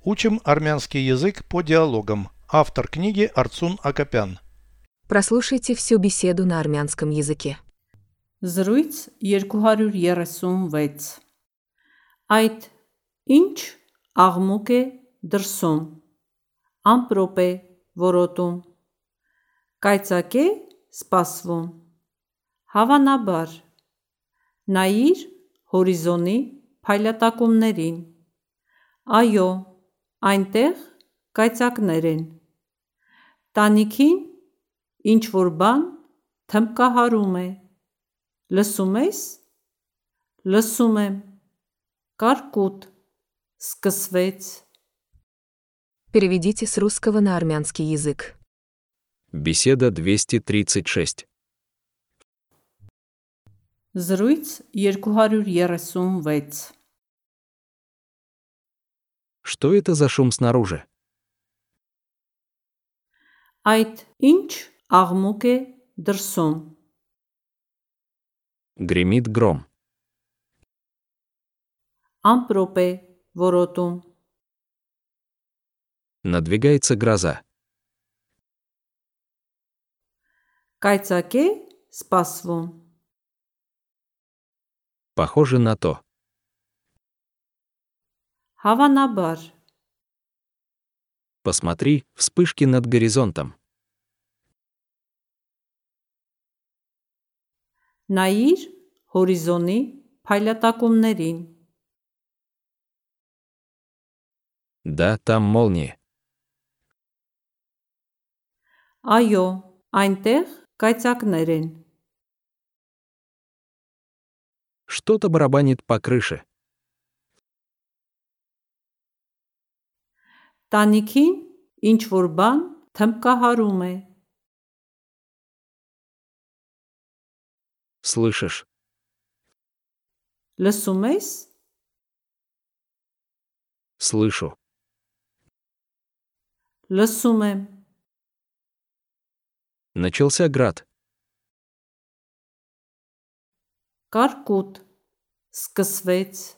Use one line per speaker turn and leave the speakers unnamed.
Учим армянский язык по диалогам. Автор книги Арцун Акопян.
Прослушайте всю беседу на армянском языке.
Զրույց 236 Այդ ինչ աղմուկ է դրսում, ամպրոպ է որոտում, կայծակ է սպասվում, հավանաբար, նայիր հորիզոնի փայլատակումներին, այո, այնտեղ կայծակներ են, տանիքին ինչ-որ բան թմբկահարում է, Լսում ես։ Լսում եմ։ Կարկուտ սկսվեց։
Переведите с русского на армянский язык.
Беседа 236.
Զրույց 236։
Что это за шум снаружи?
Այդ ինչ աղմուկ է դրսում,
Гремит гром.
ամպրոպ է որոտում,
Надвигается гроза.
կայծակ է սպասվում,
Похоже на то.
հավանաբար,
Посмотри, вспышки над горизонтом.
նայիր հորիզոնի փայլատակումներին,
Да, там молнии.
այո, այնտեղ կայծակներ են,
Что-то барабанит по крыше.
տանիքին ինչ-որ բան թմբկահարում է,
Слышишь?
լսում ես։
Слышу.
Լսում եմ,
Начался град.
կարկուտ, սկսվեց,